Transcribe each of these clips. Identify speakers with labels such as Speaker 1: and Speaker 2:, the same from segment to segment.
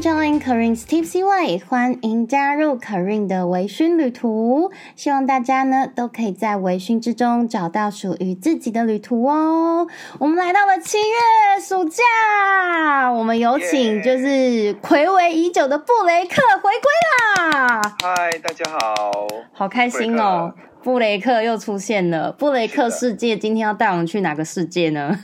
Speaker 1: join Corinne's Tipsy Way，欢迎加入 Corinne 的微醺旅途。希望大家呢都可以在微醺之中找到属于自己的旅途哦。我们来到了七月暑假，我们有请
Speaker 2: Yeah
Speaker 1: 就是暌违已久的布雷克回归啦，
Speaker 2: 嗨，大家好。
Speaker 1: 好开心哦！布雷克又出现了，布雷克
Speaker 2: 是
Speaker 1: 世界今天要带我们去哪个世界呢？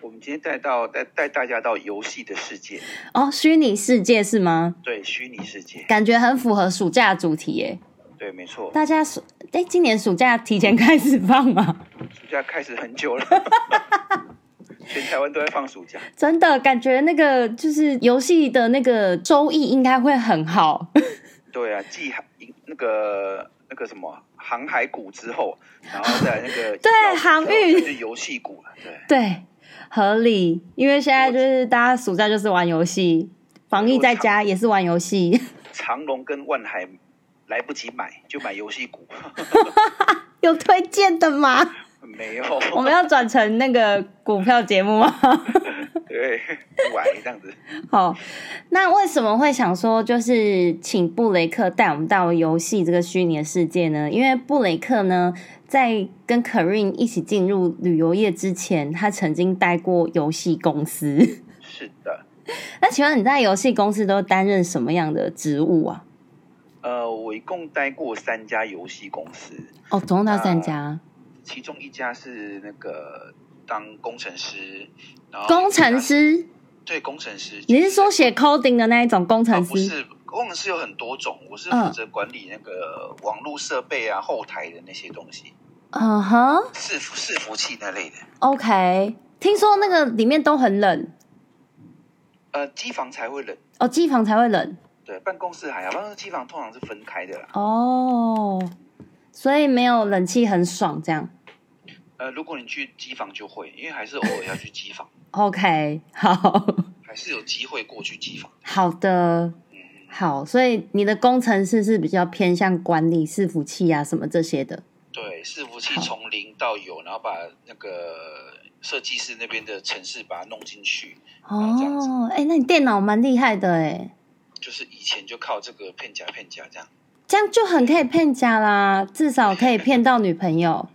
Speaker 2: 我们今天带到带带大家到游戏的世界，
Speaker 1: 哦，虚拟世界是吗？
Speaker 2: 对，虚拟世界，
Speaker 1: 感觉很符合暑假主题耶。
Speaker 2: 对，没错。
Speaker 1: 大家暑哎、今年暑假提前开始放吗？
Speaker 2: 暑假开始很久了，全台湾都在放暑假。
Speaker 1: 真的感觉那个就是游戏的那个收益应该会很 好，
Speaker 2: 对啊，继海那个那个什么航海股之后，然后在那
Speaker 1: 对
Speaker 2: 个医药股之后
Speaker 1: 航运
Speaker 2: 就是游戏股了，对。
Speaker 1: 对，合理。因为现在就是大家暑假就是玩游戏，防疫在家也是玩游戏。
Speaker 2: 长隆跟万海来不及买，就买游戏股，
Speaker 1: 有推荐的 吗？
Speaker 2: 没有，
Speaker 1: 我们要转成那个股票节目吗？
Speaker 2: 对，不玩这样子。
Speaker 1: 好，那为什么会想说就是请布雷克带我们到游戏这个虚拟的世界呢？因为布雷克呢，在跟 k a r i n 一起进入旅游业之前，他曾经待过游戏公司。
Speaker 2: 是的，
Speaker 1: 那请问你在游戏公司都担任什么样的职务啊？
Speaker 2: 呃，我一共待过三家游戏公司，
Speaker 1: 哦，总共到三家，
Speaker 2: 其中一家是那个当工程师，然后
Speaker 1: 哦工程师，
Speaker 2: 对工程师，
Speaker 1: 你是说写 coding 的那一种工
Speaker 2: 啊
Speaker 1: 程
Speaker 2: 不
Speaker 1: 师？
Speaker 2: 是工程师有很多种，我是
Speaker 1: 嗯
Speaker 2: 负责管理那个网络设备啊、后台的那些东西，
Speaker 1: 嗯哼、
Speaker 2: 伺服伺服器那类的。
Speaker 1: o k 听说那个里面都很冷
Speaker 2: 呃，机房才会冷，
Speaker 1: 哦，机房才会冷。
Speaker 2: 对，办公室还好，办公室机房通常是分开的啦。
Speaker 1: 哦，所以没有冷气很爽这样。
Speaker 2: 呃，如果你去机房就会，因为还是偶尔要去机 房，
Speaker 1: OK，好，
Speaker 2: 还是有机会过去机房。
Speaker 1: 好的，
Speaker 2: 嗯，
Speaker 1: 好，所以你的工程师是比较偏向管理伺服器啊什么这些的。
Speaker 2: 对，伺服器
Speaker 1: 好
Speaker 2: 从零到有，然后把那个设计师那边的城市把它弄进去，哦这样子
Speaker 1: 哦，哎、那你电脑蛮厉害的哎，
Speaker 2: 就是以前就靠这个骗假骗假这样。
Speaker 1: 这样就很可以骗家啦，至少可以骗到女朋友。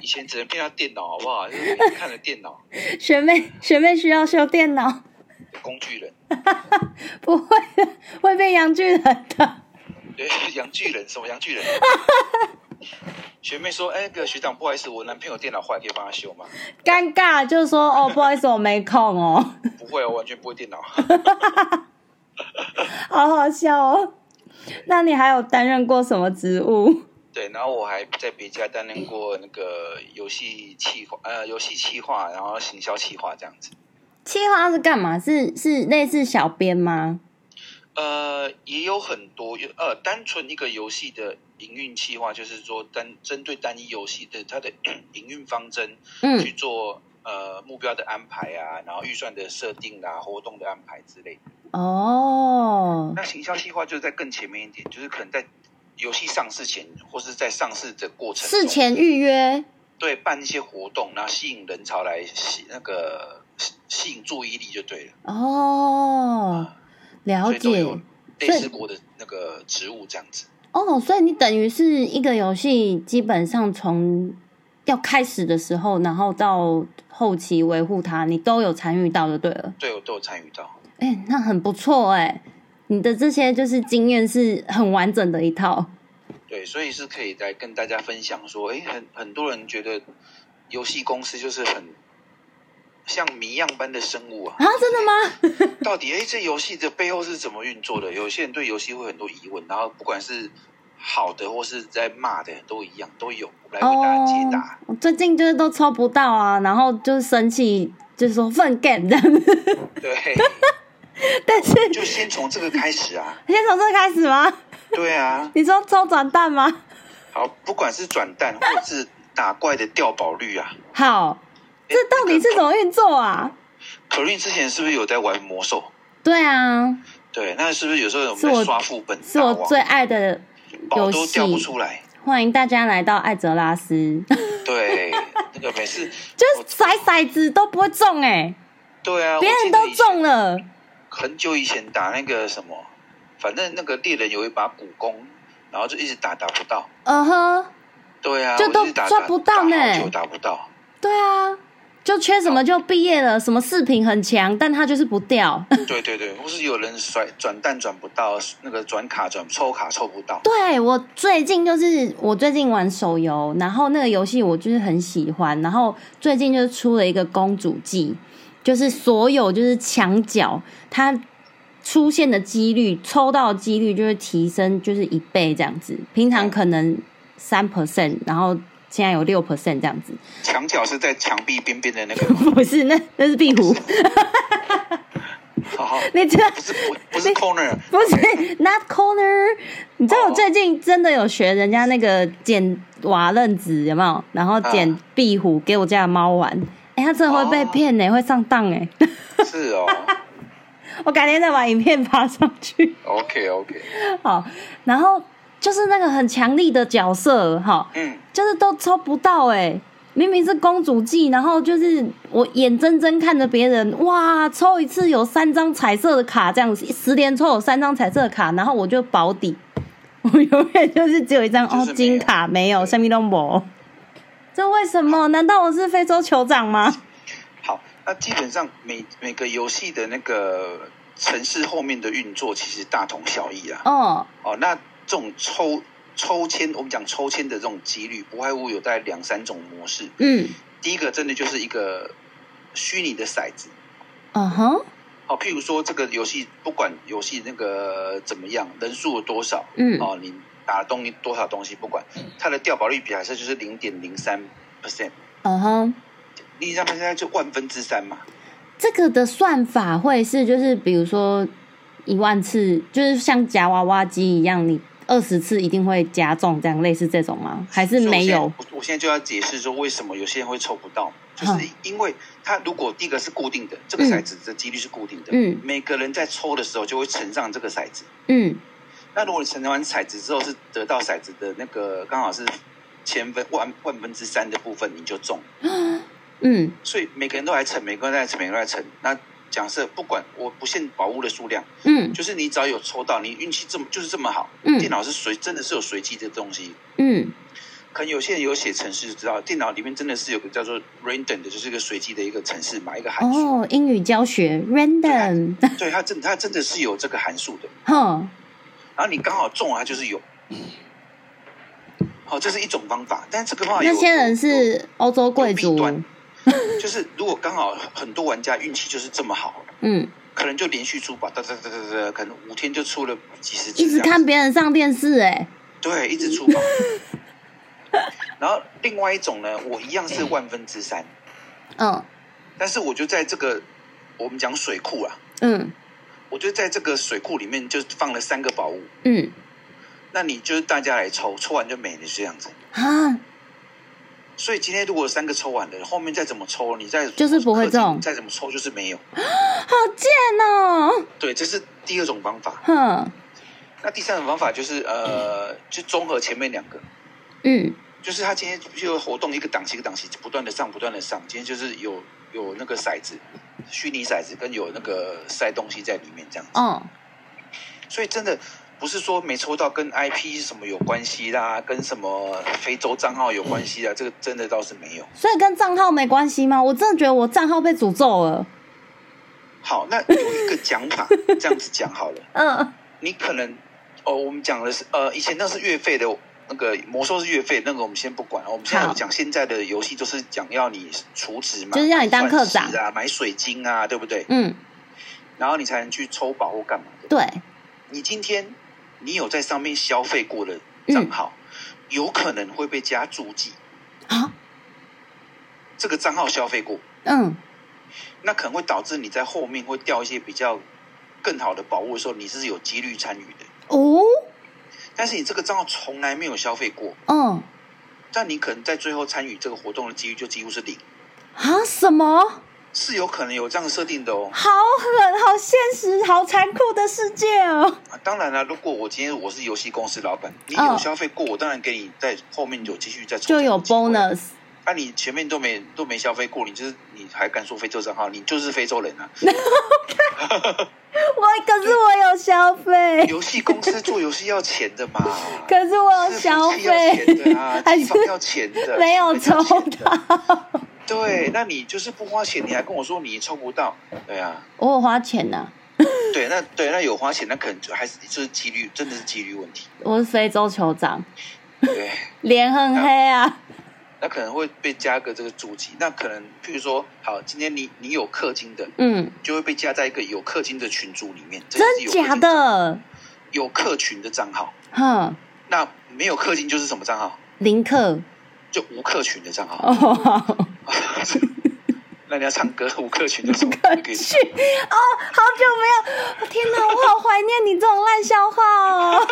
Speaker 2: 以前只能骗到电脑，好不好？就是每天看着电脑，
Speaker 1: 学妹，学妹需要修电脑，
Speaker 2: 工具人，
Speaker 1: 不会 的，会被杨巨人的。
Speaker 2: 对，洋巨人，什么洋巨人？ 学妹说：“哎、那个学长，不好意思，我男朋友电脑坏，可以帮他修吗
Speaker 1: 尴尬就是说哦，不好意思，我没空哦，？”
Speaker 2: 不会，我完全不会电脑。
Speaker 1: 好好笑哦。那你还有担任过什么职务？
Speaker 2: 对，然后我还在别家担任过那个游戏企划，呃，游戏企划，然后行销企划这样子。
Speaker 1: 企划是干嘛？是是类似小编吗？
Speaker 2: 呃，也有很多，有呃，单纯一个游戏的营运企划，就是说单针对单一游戏的它的 营运方针，
Speaker 1: 嗯
Speaker 2: 去做呃目标的安排啊，然后预算的设定啊，活动的安排之类的。
Speaker 1: 哦，
Speaker 2: 那行销计划就是在更前面一点，就是可能在游戏上市前，或是在上市的过程中，
Speaker 1: 事前预约
Speaker 2: 对办一些活动，然后吸引人潮来吸那个吸吸引注意力就对了。
Speaker 1: 哦，了
Speaker 2: 所以都有
Speaker 1: 解
Speaker 2: 类似过的那个职务这样子。
Speaker 1: 哦，所以你等于是一个游戏，基本上从要开始的时候，然后到后期维护它，你都有参与到就对了。
Speaker 2: 对，我都有参与到。
Speaker 1: 哎、那很不错哎、你的这些就是经验是很完整的一套。
Speaker 2: 对，所以是可以来跟大家分享说，诶，很很多人觉得游戏公司就是很像谜样般的生物啊，
Speaker 1: 啊，真的吗？
Speaker 2: 到底诶，这游戏的背后是怎么运作的？有些人对游戏会很多疑问，然后不管是好的或是在骂的都一样，都有我们来为大家解答。
Speaker 1: 我哦最近就是都抽不到啊，然后就是生气，就是说粪 game 这样子。
Speaker 2: 对，
Speaker 1: 但是
Speaker 2: 就先从这个开始啊。
Speaker 1: 先从这开始吗？
Speaker 2: 对啊，
Speaker 1: 你说抽转蛋吗？
Speaker 2: 好，不管是转蛋或者是打怪的掉宝率啊，
Speaker 1: 好，
Speaker 2: 诶
Speaker 1: 这到底是怎么运作啊？
Speaker 2: 可瑞之前是不是有在玩魔兽？
Speaker 1: 对啊，
Speaker 2: 对，那是不是有时候我
Speaker 1: 是
Speaker 2: 们
Speaker 1: 我
Speaker 2: 在刷副本
Speaker 1: 是
Speaker 2: 打
Speaker 1: 我
Speaker 2: 王
Speaker 1: 最爱的
Speaker 2: 宝
Speaker 1: 游
Speaker 2: 都掉不
Speaker 1: 戏。
Speaker 2: 出来？
Speaker 1: 欢迎大家来到艾泽拉斯，
Speaker 2: 对，那个每次
Speaker 1: 就是甩骰子都不会中哎、
Speaker 2: 对啊，
Speaker 1: 别
Speaker 2: 我
Speaker 1: 人
Speaker 2: 记得
Speaker 1: 都
Speaker 2: 以前
Speaker 1: 中了，
Speaker 2: 很久以前打那个什么，反正那个猎人有一把古弓，然后就一直打打不到。
Speaker 1: 嗯哼，
Speaker 2: 对啊，
Speaker 1: 就都
Speaker 2: 我一直打
Speaker 1: 抓不到呢
Speaker 2: 打打好久打不到。
Speaker 1: 对啊，就缺什么就毕业了，什么四品很强，但他就是不掉。
Speaker 2: 对对对，或是有人甩转蛋转不到，那个转卡转抽卡抽不到。
Speaker 1: 对我最近就是我最近玩手游，然后那个游戏我就是很喜欢，然后最近就出了一个公主技，就是所有就是墙角它出现的几率，抽到的几率就是提升就是一倍这样子，平常可能三 percent，然后现在有六 percent 这样子，
Speaker 2: 墙角是在墙壁边边的 那个，
Speaker 1: 不是那那是壁虎，
Speaker 2: 好好，
Speaker 1: 你知道
Speaker 2: 哦不是不 不是 corner，
Speaker 1: 不是 not corner。你知道我
Speaker 2: 哦
Speaker 1: 最近真的有学人家那个剪瓦楞纸有没有？然后剪
Speaker 2: 嗯
Speaker 1: 壁虎给我家的猫玩。哎、它真的会被骗呢、会上当哎、
Speaker 2: 是哦。
Speaker 1: 我改天再把影片发上去。
Speaker 2: OK OK，
Speaker 1: 好，然后就是那个很强力的角色哈，
Speaker 2: 嗯，
Speaker 1: 就是都抽不到哎、明明是公主计，然后就是我眼睁睁看着别人哇抽一次有三张彩色的卡，这样子十连抽有三张彩色的卡，然后我就保底， 我永远就是只有一张
Speaker 2: 就是
Speaker 1: 哦
Speaker 2: 没有
Speaker 1: 金卡没有，什么都没。这为什么？难道我是非洲酋长吗？
Speaker 2: 好，那基本上每每个游戏的那个城市后面的运作其实大同小异啦。
Speaker 1: 哦，
Speaker 2: 哦，那这种抽抽签，我们讲抽签的这种几率，不外乎有在两三种模式。
Speaker 1: 嗯，
Speaker 2: 第一个真的就是一个虚拟的骰子。
Speaker 1: 嗯哼，
Speaker 2: 哦，譬如说这个游戏，不管游戏那个怎么样，人数有多少，
Speaker 1: 嗯
Speaker 2: 哦，你打东西多少东西，不管它的掉保率比还是就是零点零三 percent，
Speaker 1: 嗯哼，
Speaker 2: 零点三 percent 就万分之三嘛。
Speaker 1: 这个的算法会是就是比如说一万次，就是像夹娃娃机一样，你二十次一定会夹中，这样类似这种吗？还是
Speaker 2: 所以我
Speaker 1: 没
Speaker 2: 现在
Speaker 1: 有？
Speaker 2: 我我现在就要解释说，为什么有些人会抽不到，就是因为他如果第一个是固定的，这个
Speaker 1: 嗯
Speaker 2: 骰子的几率是固定的，
Speaker 1: 嗯
Speaker 2: 每个人在抽的时候就会乘上这个骰子。
Speaker 1: 嗯
Speaker 2: 那如果你乘完骰子之后是得到骰子的那个刚好是千分万万分之三的部分，你就中。
Speaker 1: 嗯
Speaker 2: 所以每个人都来乘，每个人都来乘，每个人都来乘。那假设不管我不限宝物的数量，
Speaker 1: 嗯
Speaker 2: 就是你只要有抽到，你运气这么就是这么好。电
Speaker 1: 嗯
Speaker 2: 脑是随真的是有随机的东西，
Speaker 1: 嗯
Speaker 2: 可能有些人有写程式就知道，电脑里面真的是有个叫做 random 的，就是一个随机的一个程式嘛，一个函数。
Speaker 1: 哦，英语教学 random，
Speaker 2: 对，它真它真的是有这个函数的。
Speaker 1: 哼，
Speaker 2: 然后你刚好中了，它就是有。好、这是一种方法，但是这个方法有
Speaker 1: 那些人是欧洲贵
Speaker 2: 有
Speaker 1: 族
Speaker 2: 弊，端就是如果刚好很多玩家运气就是这么好，
Speaker 1: 嗯，
Speaker 2: 可能就连续出吧，哒哒哒哒哒，可能五天就出了几十只，
Speaker 1: 一直看，别人上电视、欸，哎，
Speaker 2: 对，一直出 吧。然后另外一种呢，我一样是万分之三，
Speaker 1: 嗯
Speaker 2: 但是我就在这个我们讲水库啊，
Speaker 1: 嗯
Speaker 2: 我就在这个水库里面就放了三个宝物，
Speaker 1: 嗯，
Speaker 2: 那你就是大家来抽，抽完就没了，是这样子。
Speaker 1: 啊，
Speaker 2: 所以今天如果三个抽完了，后面再怎么抽，你再
Speaker 1: 就是不会中
Speaker 2: 再怎么抽就是没有。
Speaker 1: 好贱哦，
Speaker 2: 对，这是第二种方法。
Speaker 1: 哼，
Speaker 2: 那第三种方法就是呃，就综合前面两个，
Speaker 1: 嗯
Speaker 2: 就是他今天就活动一个档期一个档期不断的上不断的上，今天就是有有那个骰子，虚拟骰子跟有那个塞东西在里面这样子，
Speaker 1: 哦，
Speaker 2: 所以真的不是说没抽到跟 IP 什么有关系啦，跟什么非洲账号有关系啦，啊这个真的倒是没有。
Speaker 1: 所以跟账号没关系吗？我真的觉得我账号被诅咒了，
Speaker 2: 好，那有一个讲法这样子讲好了，
Speaker 1: 嗯
Speaker 2: 你可能哦，我们讲的是呃，以前那是月费的。那个魔兽是月费，那个我们先不管，哦我们现在
Speaker 1: 好
Speaker 2: 讲现在的游戏就是讲要你储值嘛，
Speaker 1: 就是要你当课长
Speaker 2: 买钻石啊，买水晶啊，对不对？
Speaker 1: 嗯，然
Speaker 2: 然后你才能去抽宝或干嘛的。
Speaker 1: 对，
Speaker 2: 你今天你有在上面消费过的账
Speaker 1: 嗯
Speaker 2: 号，有可能会被加注记，
Speaker 1: 啊，
Speaker 2: 这个账号消费过，
Speaker 1: 嗯，
Speaker 2: 那可能会导致你在后面会掉一些比较更好的宝物的时候，你是有几率参与的。
Speaker 1: 哦，
Speaker 2: 但是你这个账号从来没有消费过，
Speaker 1: 嗯，
Speaker 2: 但你可能在最后参与这个活动的几率就几乎是零，
Speaker 1: 啊，什么？
Speaker 2: 是有可能有这样的设定的哦。
Speaker 1: 好狠，好现实，好残酷的世界哦！
Speaker 2: 啊当然啦，如果我今天我是游戏公司老板，你
Speaker 1: 哦
Speaker 2: 有消费过，我当然给你在后面有继续再抽
Speaker 1: 就有
Speaker 2: 奖的机会
Speaker 1: bonus，
Speaker 2: 啊，你前面都没都没消费过，你就是你还敢说非洲账号，你就是非洲人 啊！
Speaker 1: 我可是我有消费，
Speaker 2: 游戏公司做游戏要钱的嘛，
Speaker 1: 可是我有
Speaker 2: 伺服器
Speaker 1: 消
Speaker 2: 要钱
Speaker 1: 费
Speaker 2: 的啊，，
Speaker 1: 还
Speaker 2: 机
Speaker 1: 是
Speaker 2: 房要钱的，
Speaker 1: 没有抽
Speaker 2: 设备要钱 的
Speaker 1: 到。
Speaker 2: 对，那你就是不花钱，你还跟我说你抽不到，对啊，
Speaker 1: 我有花钱啊呐、
Speaker 2: 对，那对，那有花钱，那可能就还是就是几率，真的是几率问题，
Speaker 1: 我是非洲酋长，
Speaker 2: 对，
Speaker 1: 脸很黑啊。
Speaker 2: 那可能会被加个这个主题，那可能譬如说，好，今天你你有氪金的，
Speaker 1: 嗯，
Speaker 2: 就会被加在一个有氪金的群组里面，这
Speaker 1: 真
Speaker 2: 是有氪金
Speaker 1: 假的？
Speaker 2: 有氪群的账号，
Speaker 1: 哼，
Speaker 2: 那没有氪金就是什么账号？
Speaker 1: 林克
Speaker 2: 就无氪群的账号。
Speaker 1: 哦，好
Speaker 2: 那你要唱歌无氪群的什么？你可以
Speaker 1: 去哦，好久没有，天哪，我好怀念你这种烂笑话哦。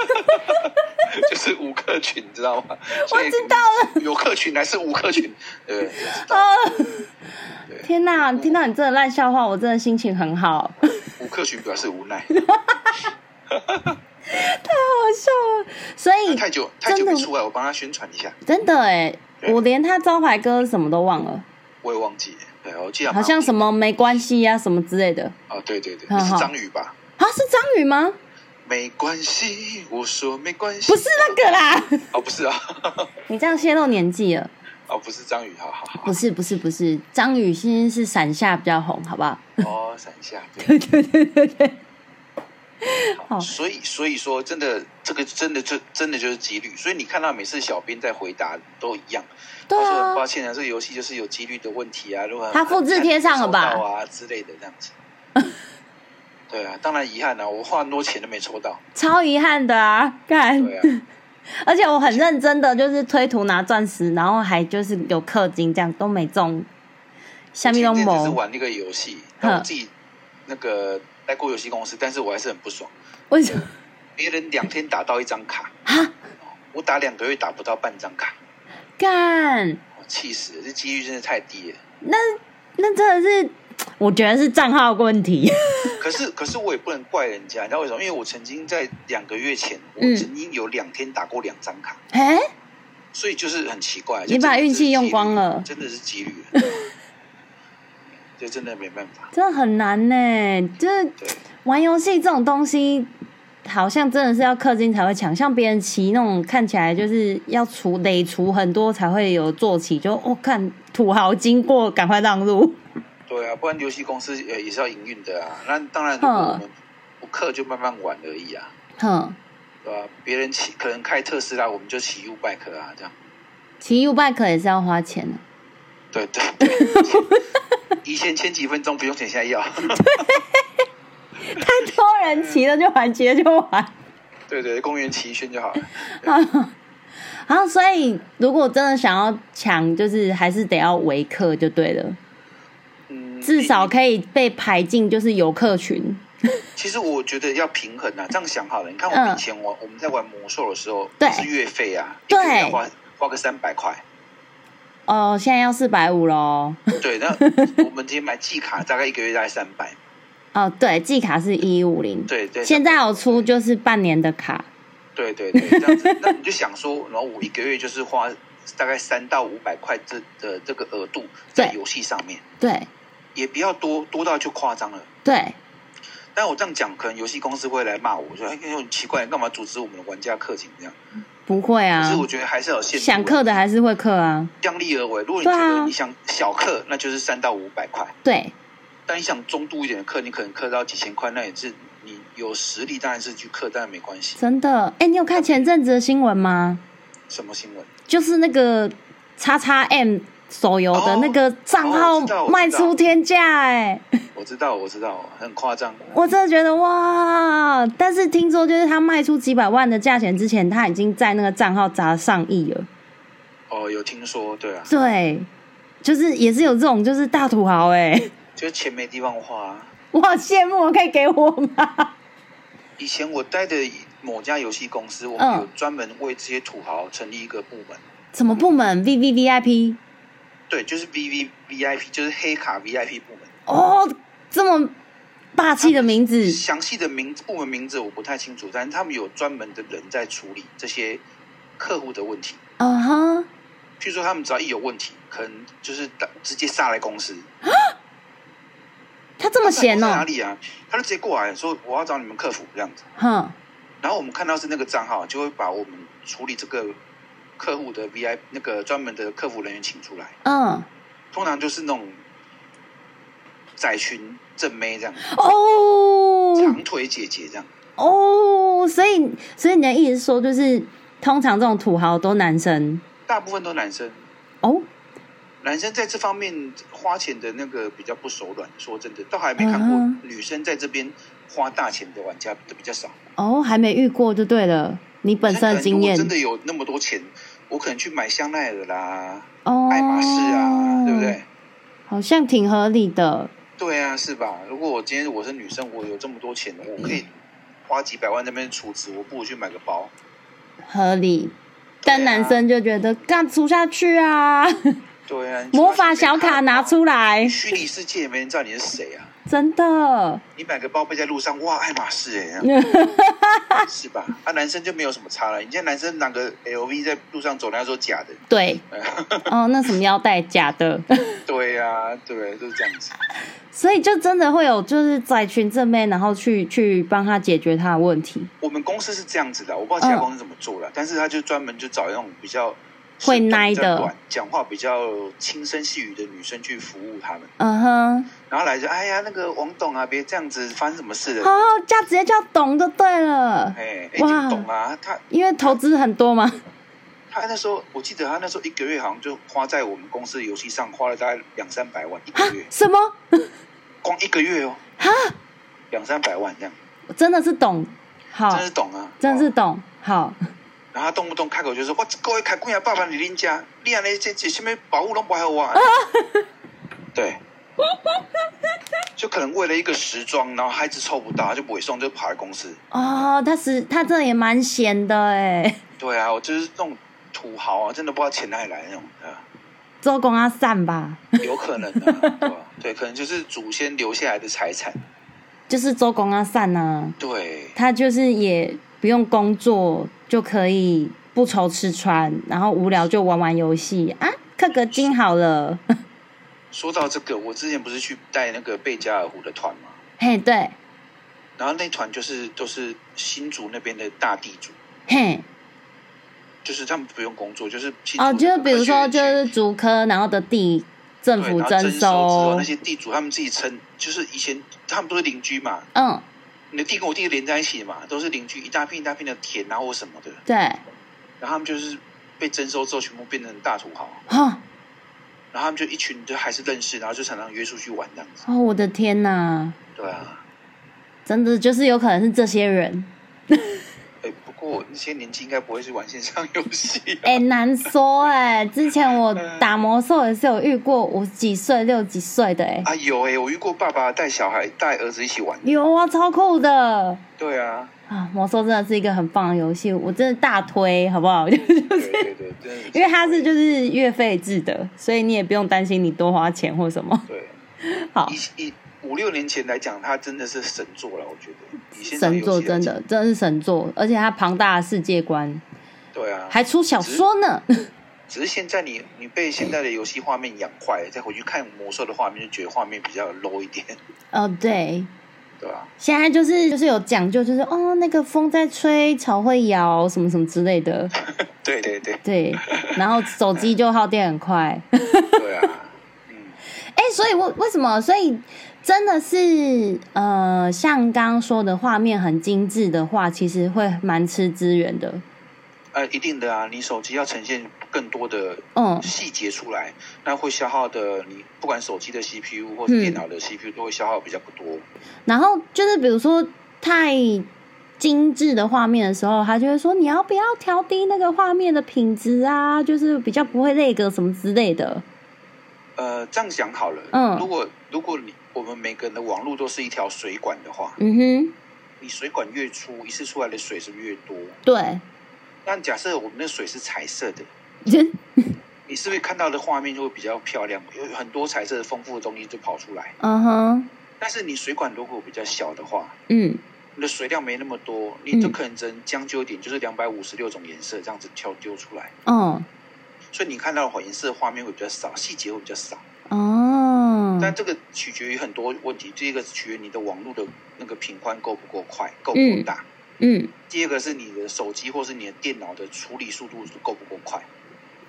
Speaker 2: 就是无氪群，你知道吗？
Speaker 1: 我知道哦
Speaker 2: 了，有氪群还是无氪群？对不对，知道对
Speaker 1: 天哪，听到你这个烂笑话，我真的心情很好，太
Speaker 2: 无氪群表示无奈，
Speaker 1: 好笑了。所以
Speaker 2: 啊太久太
Speaker 1: 嗯
Speaker 2: 久
Speaker 1: 真的
Speaker 2: 没出来，我帮他宣传一下，
Speaker 1: 真的哎，
Speaker 2: 对
Speaker 1: 我连他招牌歌什么都忘了，
Speaker 2: 我也忘记了，对，我记得
Speaker 1: 好像什么没关系呀、什么之类的。
Speaker 2: 啊，对对对，
Speaker 1: 嗯
Speaker 2: 是
Speaker 1: 好
Speaker 2: 张宇吧？
Speaker 1: 啊，是张宇吗？
Speaker 2: 没关系，我说没关系，
Speaker 1: 不是那个啦，
Speaker 2: 哦，不是啊，
Speaker 1: 你这样泄露年纪了。
Speaker 2: 哦，不是张宇，好好好，
Speaker 1: 不是不是不是，张宇现在是伞下比较红，好不好？
Speaker 2: 哦，闪一下，对
Speaker 1: 对对对对对，好
Speaker 2: 所以所以说，真的这个真的就真的就是几率，所以你看到每次小编在回答都一样，
Speaker 1: 对
Speaker 2: 他说
Speaker 1: 啊
Speaker 2: 很，抱歉啊，这个游戏就是有几率的问题啊，如果
Speaker 1: 他复制贴上了吧
Speaker 2: 很难抽到啊之类的这样 子。对啊，当然遗憾啊，我花很多钱都没 抽到。
Speaker 1: 超遗憾的啊，看，
Speaker 2: 对啊，
Speaker 1: 而且我很认真的，就是推图拿钻石，然后还就是有氪金，这样都没中，下面都
Speaker 2: 前阵子是
Speaker 1: 懵，
Speaker 2: 玩那个游戏，
Speaker 1: 哼
Speaker 2: 然后我自己那个待过游戏公司，但是我还是很不爽，
Speaker 1: 为什么？
Speaker 2: 别人两天打到一张卡，
Speaker 1: 啊，
Speaker 2: 我打两个月打不到半张卡，
Speaker 1: 干，
Speaker 2: 我气死了，这几率真的太低了。
Speaker 1: 那真的是，我觉得是账号问题，
Speaker 2: 可是，可是我也不能怪人家，你知道为什么？因为我曾经在两个月前，我
Speaker 1: 嗯
Speaker 2: 曾经有两天打过两张卡，
Speaker 1: 哎、
Speaker 2: 所以就是很奇怪。
Speaker 1: 你把运气用光了
Speaker 2: 这真的是几率， 真的是几率这真的没办法。
Speaker 1: 真的很难呢、就是
Speaker 2: 对，
Speaker 1: 玩游戏这种东西，好像真的是要氪金才会抢，像别人骑那种看起来就是要除得除很多才会有坐骑，就我、哦、看土豪经过赶快让路，
Speaker 2: 对啊，不然游戏公司呃也是要营运的啊。那当然，如
Speaker 1: 嗯
Speaker 2: 果我们不氪就慢慢玩而已啊，
Speaker 1: 哼，
Speaker 2: 对吧、别人骑 可能开特斯拉，我们就骑 U bike 啊，这样。
Speaker 1: 骑 U bike 也是要花钱的，
Speaker 2: 对 对对。以前前几分钟不用钱，现在要。
Speaker 1: 太 多人骑了就玩，骑了就玩。
Speaker 2: 对对，公园骑一圈就好了。
Speaker 1: 然后所以如果真的想要抢，就是还是得要维客就对了，
Speaker 2: 嗯，
Speaker 1: 至少可以被排进就是游客群。
Speaker 2: 其实我觉得要平衡啊，这样想好了。你看我们
Speaker 1: 嗯
Speaker 2: 以前玩、我们在玩魔兽的时候，
Speaker 1: 对
Speaker 2: 是月费啊，
Speaker 1: 对
Speaker 2: 一个月要花花个三百块，
Speaker 1: 哦，现在要四百五喽。
Speaker 2: 对，那我们直接买季卡，大概一个月大概三百，
Speaker 1: 哦，对，季卡是一五零，
Speaker 2: 对对，
Speaker 1: 现在有出就是半年的卡，
Speaker 2: 对对对，这样子，那你就想说，然后我一个月就是花大概三到五百块这的这个额度在
Speaker 1: 对
Speaker 2: 游戏上面，
Speaker 1: 对
Speaker 2: 也不要多多到就夸张了。
Speaker 1: 对，
Speaker 2: 但我这样讲，可能游戏公司会来骂我，说哎，很奇怪，你干嘛阻止我们的玩家氪金这样？
Speaker 1: 不会
Speaker 2: 可
Speaker 1: 啊
Speaker 2: 是，我觉得还是要有限度啊，
Speaker 1: 想氪的还是会氪啊，
Speaker 2: 量力而为。如果你
Speaker 1: 对
Speaker 2: 觉
Speaker 1: 啊
Speaker 2: 得你想小氪，那就是三到五百块。
Speaker 1: 对
Speaker 2: 但你想中度一点的课，你可能课到几千块，那也是你有实力，当然是去课，但没关系。
Speaker 1: 真的。哎，你有看前阵子的新闻吗？
Speaker 2: 什么新闻？
Speaker 1: 就是那个叉叉 M 手游的
Speaker 2: 哦
Speaker 1: 那个账
Speaker 2: 哦我知道
Speaker 1: 号
Speaker 2: 我知道
Speaker 1: 卖出天价，哎，
Speaker 2: 我知道，我知道，很夸张。
Speaker 1: 我真的觉得哇！但是听说就是他卖出几百万的价钱之前，他已经在那个账号砸了上亿了。
Speaker 2: 哦，有听说，对啊，
Speaker 1: 对，就是也是有这种就是大土豪哎、
Speaker 2: 就是钱没地方 花、啊
Speaker 1: 我好羡慕，我可以给我吗？
Speaker 2: 以前我待的某家游戏公司，我
Speaker 1: 嗯
Speaker 2: 们有专门为这些土豪成立一个部门，
Speaker 1: 什么部门？V V V I P？
Speaker 2: 对，就是 V V V I P，就是黑卡 V I P 部门。
Speaker 1: 哦，这么霸气的名字，
Speaker 2: 详细的名部门名字我不太清楚，但是他们有专门的人在处理这些客户的问题。
Speaker 1: 啊哈，
Speaker 2: 据说他们只要一有问题，可能就是打直接杀来公司。
Speaker 1: 他这么闲
Speaker 2: 在哪
Speaker 1: 哦，
Speaker 2: 里啊？他就直接过来说我要找你们客服这样子。
Speaker 1: 哼，
Speaker 2: 然后我们看到是那个账号，就会把我们处理这个客户的 VI 那个专门的客服人员请出来，
Speaker 1: 嗯，
Speaker 2: 通常就是那种窄裙正妹这样，
Speaker 1: 哦
Speaker 2: 长腿姐姐这样。
Speaker 1: 哦，所以所以你的意思是说，就是通常这种土豪都男生
Speaker 2: 大部分都男生，
Speaker 1: 哦，
Speaker 2: 男生在这方面花钱的那个比较不手软。说真的，倒还没看
Speaker 1: 嗯
Speaker 2: 过女生在这边花大钱的玩家的比较少。
Speaker 1: 哦，还没遇过就对了，你本身的经
Speaker 2: 我
Speaker 1: 验
Speaker 2: 真的有那么多钱，我可能去买香奈儿啦、
Speaker 1: 哦，
Speaker 2: 爱马仕啊，对不对？？
Speaker 1: 好像挺合理的，
Speaker 2: 对啊，是吧？如果我今天我是女生，我有这么多钱，我可以花几百万在那边储值，我不如去买个包。
Speaker 1: 合理。但男生就觉得干出下去啊，
Speaker 2: 对啊，你
Speaker 1: 魔法
Speaker 2: 花钱买
Speaker 1: 小卡
Speaker 2: 包
Speaker 1: 拿，出来，
Speaker 2: 虚拟世界也没人知道你是谁啊！
Speaker 1: 真的。
Speaker 2: 你买个包背在路上，哇，爱马仕哎、 是吧？啊，男生就没有什么差了。你像男生拿个 LV 在路上走，人家说假的。
Speaker 1: 对，哦，那什么腰带假的，
Speaker 2: 对呀、啊，对，就是这样子。
Speaker 1: 所以就真的会有就是在群正妹，然后去去帮他解决他的问题，
Speaker 2: 我们公司是这样子的，我不知道其他
Speaker 1: 嗯
Speaker 2: 公司怎么做了，但是他就专门就找那种比较
Speaker 1: 会奶的
Speaker 2: 比较短、讲话比较轻声细语的女生去服务他们，
Speaker 1: 嗯哼，
Speaker 2: 然后来就哎呀，那个王董啊，别这样子，发生什么事了？
Speaker 1: 哦，这样直接叫懂就对了，
Speaker 2: 哎，哎，
Speaker 1: 哇
Speaker 2: 你懂啊？他
Speaker 1: 因为投资很多嘛，
Speaker 2: 他那时候，我记得他那时候一个月好像就花在我们公司的游戏上，花了大概两三百万一个月，
Speaker 1: 什么
Speaker 2: 光一个月哦，两三百万这样，
Speaker 1: 真的是懂，好
Speaker 2: 真，是懂啊，
Speaker 1: 真
Speaker 2: 哦
Speaker 1: 是懂，好，
Speaker 2: 然后他动不动开口就说：“我这个月开几啊百万你恁家，你安尼这这什么保护拢不还我、啊？”
Speaker 1: 哦
Speaker 2: 对，就可能为了一个时装，然后孩子凑不到，他就尾送就跑来公司。
Speaker 1: 哦，他是他真的也蛮闲的哎，
Speaker 2: 对啊，我就是这种土豪啊，真的不知道钱哪里来的那种啊，
Speaker 1: 周公阿散吧，
Speaker 2: 有可能啊， 对吧、对，可能就是祖先留下来的财产。
Speaker 1: 就是周公阿散呐、啊，
Speaker 2: 对，
Speaker 1: 他就是也不用工作就可以不愁吃穿，然后无聊就玩玩游戏啊，氪个金好了。
Speaker 2: 说到这个，我之前不是去带那个贝加尔湖的团嘛，
Speaker 1: 嘿，对，
Speaker 2: 然后那团就是都是新竹那边的大地主。
Speaker 1: 嘿，
Speaker 2: 就是他们不用工作，就是新竹
Speaker 1: 哦，就是
Speaker 2: 那
Speaker 1: 比
Speaker 2: 边
Speaker 1: 如
Speaker 2: 会
Speaker 1: 说
Speaker 2: 去
Speaker 1: 就是竹科，然后的地政
Speaker 2: 对
Speaker 1: 府
Speaker 2: 然后
Speaker 1: 征
Speaker 2: 收之后，
Speaker 1: 收
Speaker 2: 那，些地主他们自己称，就是以前他们都是邻居嘛，
Speaker 1: 嗯，
Speaker 2: 你的地跟我地连在一起嘛，都是邻居，一大片一大片的田啊或什么的，
Speaker 1: 对，
Speaker 2: 然后他们就是被征收之后，全部变成大土豪，
Speaker 1: 哦，
Speaker 2: 然后他们就一群就还是认识，然后就常常约出去玩这样子，
Speaker 1: 哦，我的天呐，
Speaker 2: 对啊，
Speaker 1: 真的就是有可能是这些人，
Speaker 2: 哎，不过那些年纪应该不会去玩线上游戏、啊
Speaker 1: 哎、难说哎、之前我打魔兽也是有遇过五十几岁、六十几岁的哎、
Speaker 2: 啊，有哎、我遇过爸爸带小孩带儿子一起玩，
Speaker 1: 有啊，超酷的。
Speaker 2: 对啊，
Speaker 1: 啊，魔兽真的是一个很棒的游戏，我真的大推，好不好？ 因
Speaker 2: 对对对，真
Speaker 1: 为
Speaker 2: 的
Speaker 1: 它是就是月费制的，所以你也不用担心你多花钱或什 么。
Speaker 2: 对。
Speaker 1: 好，
Speaker 2: 以以五六年前来讲，它真的是神作了，我觉得。以现在
Speaker 1: 神作
Speaker 2: 游戏来
Speaker 1: 真
Speaker 2: 讲
Speaker 1: 的真的是神作，而且它庞大的世界观，
Speaker 2: 对啊，
Speaker 1: 还出小说呢。
Speaker 2: 只是现在你你被现在的游戏画面养坏了，再回去看魔兽的画面，就觉得画面比较 low 一点，
Speaker 1: 哦，对，
Speaker 2: 对吧、
Speaker 1: 现在就是就是有讲究，就是哦那个风在吹，草会摇，什么什么之类的。
Speaker 2: 对对对
Speaker 1: 对，然后手机就耗电很快。
Speaker 2: 对啊，嗯，
Speaker 1: 哎、所以为为什么？所以真的是呃，像刚刚说的画面很精致的话，其实会蛮吃资源的。
Speaker 2: 呃，一定的啊，你手机要呈现更多的
Speaker 1: 嗯，
Speaker 2: 细节出来，那会消耗的你不管手机的 CPU 或者
Speaker 1: 嗯
Speaker 2: 电脑的 CPU 都会消耗比较不多。
Speaker 1: 然后就是比如说太精致的画面的时候，他就会说你要不要调低那个画面的品质啊？就是比较不会那个什么之类的。
Speaker 2: 呃，这样讲好了，
Speaker 1: 嗯
Speaker 2: 如果如果你我们每个人的网络都是一条水管的话，
Speaker 1: 嗯哼，
Speaker 2: 你水管越粗，一次出来的水是不是越多？
Speaker 1: 对，
Speaker 2: 那假设我们的水是彩色的，你是不是看到的画面就会比较漂亮？有很多彩色丰富的东西就跑出来。
Speaker 1: 嗯哼，
Speaker 2: 但是你水管如果比较小的话，
Speaker 1: 嗯，
Speaker 2: 你的水量没那么多，你就
Speaker 1: 嗯
Speaker 2: 可能只能将就一点，就是两百五十六种颜色这样子挑丢出来。
Speaker 1: 哦，
Speaker 2: 所以你看到的混银色画面会比较少，细节会比较少。
Speaker 1: 哦，
Speaker 2: 但这个取决于很多问题，第一个是取决于你的网络的那个频宽够不够快，够不够大；
Speaker 1: 嗯，
Speaker 2: 第二个是你的手机或是你的电脑的处理速度够不够快。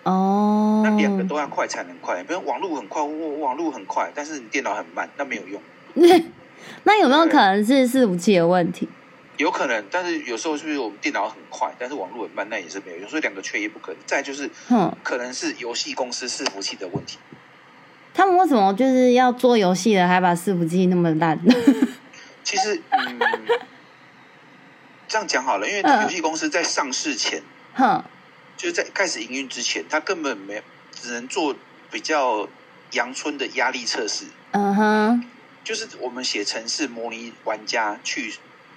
Speaker 1: 哦，
Speaker 2: 那两个都要快才能快，比如网络很快，我网络很快，但是你电脑很慢，那没有用。
Speaker 1: 那有没有可能是伺服器的问题？
Speaker 2: 有可能，但是有时候就是我们电脑很快，但是网络很慢，那也是没有用。所以两个缺一不可。再就是
Speaker 1: 哼，
Speaker 2: 可能是游戏公司伺服器的问题。
Speaker 1: 他们为什么就是要做游戏的，还把伺服器那么烂？
Speaker 2: 其实，嗯，这样讲好了，因为游戏公司在上市前，
Speaker 1: 哼，
Speaker 2: 就是在开始营运之前，它根本没只能做比较阳春的压力测试，
Speaker 1: 嗯哼，
Speaker 2: 就是我们写程式模拟玩家去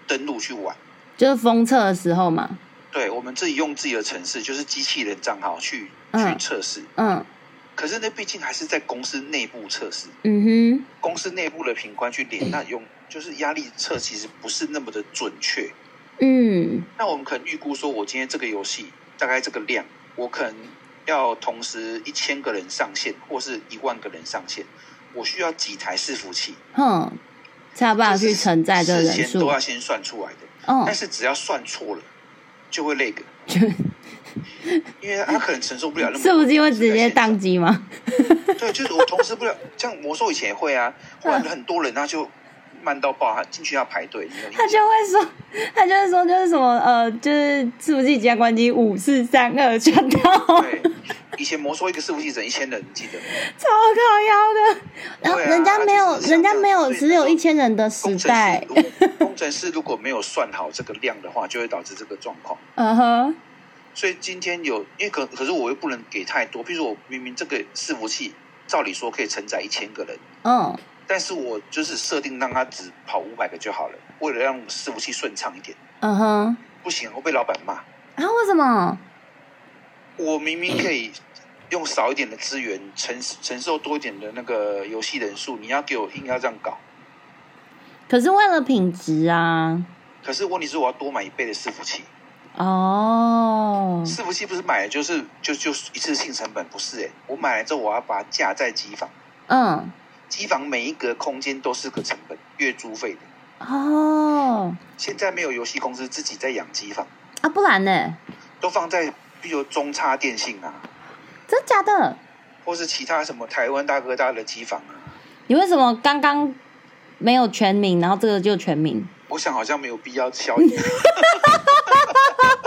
Speaker 2: 登录去玩。
Speaker 1: 就是封测的时候嘛，
Speaker 2: 对，我们自己用自己的程式，就是机器人账号去去
Speaker 1: 嗯
Speaker 2: 测试。
Speaker 1: 嗯
Speaker 2: 可是那毕竟还是在公司内部测试，
Speaker 1: 嗯
Speaker 2: 公司内部的品官去连，那用就是压力测其实不是那么的准确。
Speaker 1: 哼，嗯
Speaker 2: 那我们可能预估说，我今天这个游戏大概这个量，我可能要同时一千个人上线，或是一万个人上线，我需要几台伺服器，
Speaker 1: 哼，才有办法
Speaker 2: 这
Speaker 1: 去
Speaker 2: 是
Speaker 1: 承载这个
Speaker 2: 事
Speaker 1: 人
Speaker 2: 先
Speaker 1: 数
Speaker 2: 都。要先算出来的。
Speaker 1: 哦
Speaker 2: 但，是只要算错了，就会那个，
Speaker 1: 就
Speaker 2: 因为他可能承受不了那么。
Speaker 1: 伺服器会直接宕机 吗？
Speaker 2: 对，就是我同时不了，像魔兽以前也会啊，后来很多人他就慢到爆，他进去要排队，你有 印
Speaker 1: 他就
Speaker 2: 象？
Speaker 1: 会说，他就会说，就是什么呃，就是伺服器即将关机，五四三二全到，超
Speaker 2: 对，以前魔兽一个伺服器整一千人，你记得吗？
Speaker 1: 靠腰的。然后
Speaker 2: 对啊
Speaker 1: 人家没有，
Speaker 2: 就是像
Speaker 1: 人家
Speaker 2: 这样
Speaker 1: 没有，
Speaker 2: 所以
Speaker 1: 只有
Speaker 2: 那时候
Speaker 1: 一千人的时
Speaker 2: 工程
Speaker 1: 代
Speaker 2: 师。 如工程师如果没有算好这个量的话，就会导致这个状况。
Speaker 1: 嗯哼，
Speaker 2: 所以今天有，因为可可是我又不能给太多，譬如说我明明这个伺服器照理说可以承载一千个人，
Speaker 1: 嗯
Speaker 2: 但是我就是设定让它只跑五百个就好了，为了让伺服器顺畅一点，
Speaker 1: 嗯哼，
Speaker 2: 不行我被老板骂。
Speaker 1: 啊，为什么？
Speaker 2: 我明明可以用少一点的资源承承受多一点的那个游戏人数，你要给我硬要这样搞。
Speaker 1: 可是为了品质啊。
Speaker 2: 可是问题是我要多买一倍的伺服器，
Speaker 1: 哦，
Speaker 2: 伺服器不是买了就是就就一次性成本，不是诶、我买了之后我要把它架在机房，
Speaker 1: 嗯，
Speaker 2: 机房每一个空间都是个成本，月租费的。
Speaker 1: 哦，
Speaker 2: 现在没有游戏公司自己在养机房，
Speaker 1: 啊，不然呢？
Speaker 2: 都放在比如中差电信啊，
Speaker 1: 真假的？
Speaker 2: 或是其他什么台湾大哥大的机房啊。
Speaker 1: 你为什么刚刚没有全名，然后这个就全名？
Speaker 2: 我想好像没有必要敲你，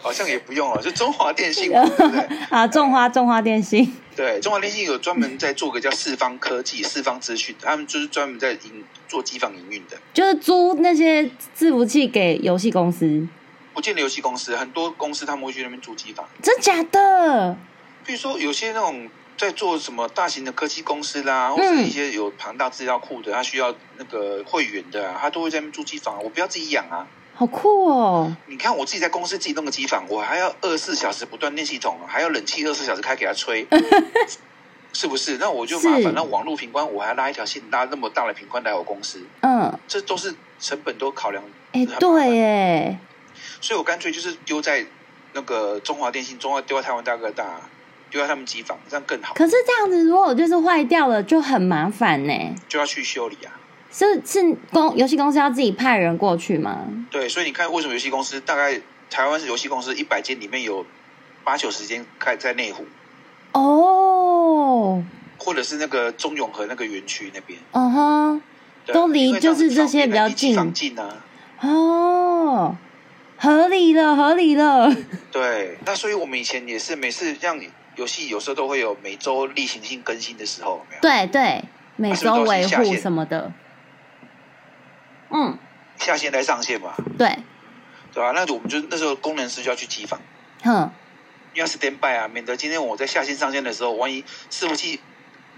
Speaker 2: 好像也不用了，就中华电信嘛，对不对？
Speaker 1: 啊，种花种花电信，
Speaker 2: 对，中华电信有专门在做个叫四方科技、四方资讯，他们就是专门在营做机房营运的，
Speaker 1: 就是租那些伺服器给游戏公司，
Speaker 2: 不见得游戏公司，很多公司他们会去那边租机房，
Speaker 1: 真假的？
Speaker 2: 比如说有些那种。在做什么大型的科技公司啦，或者一些有庞大资料库的，他需要那个会员的、啊，他都会在那边租机房。我不要自己养啊！
Speaker 1: 好酷哦！
Speaker 2: 你看我自己在公司自己弄个机房，我还要二十四小时不断电系统，还要冷气二十四小时开给他吹，是不是？那我就是麻烦。那网络平关我还要拉一条线，拉那么大的平关来我公司，
Speaker 1: 嗯，
Speaker 2: 这都是成本都考量。
Speaker 1: 哎、
Speaker 2: 很麻烦
Speaker 1: 对，耶，
Speaker 2: 所以我干脆就是丢在那个中华电信，中华丢在台湾大哥大，丢在他们机房，这样更好，
Speaker 1: 可是这样子，如果就是坏掉了，就很麻烦呢。
Speaker 2: 就要去修理啊。
Speaker 1: 是是公游戏公司要自己派人过去吗？
Speaker 2: 对，所以你看为什么游戏公司大概台湾是游戏公司一百间里面有八九十间开在内湖，
Speaker 1: 哦，
Speaker 2: 或者是那个中永和那个园区那边。
Speaker 1: 嗯哼，
Speaker 2: 对啊
Speaker 1: 都离
Speaker 2: 因为样子
Speaker 1: 就是这些比较近
Speaker 2: 方便离机房近啊。
Speaker 1: 哦，合理了，合理了。
Speaker 2: 对，那所以我们以前也是每次像游戏，有时候都会有每周例行性更新的时候，有没有
Speaker 1: 对对，每周维护什么的。嗯，
Speaker 2: 下线再上线嘛，
Speaker 1: 对，
Speaker 2: 对吧、那我们就那时候工程师就要去机房，
Speaker 1: 哼，
Speaker 2: 因为要 stand by 啊，免得今天我在下线上线的时候，万一伺服器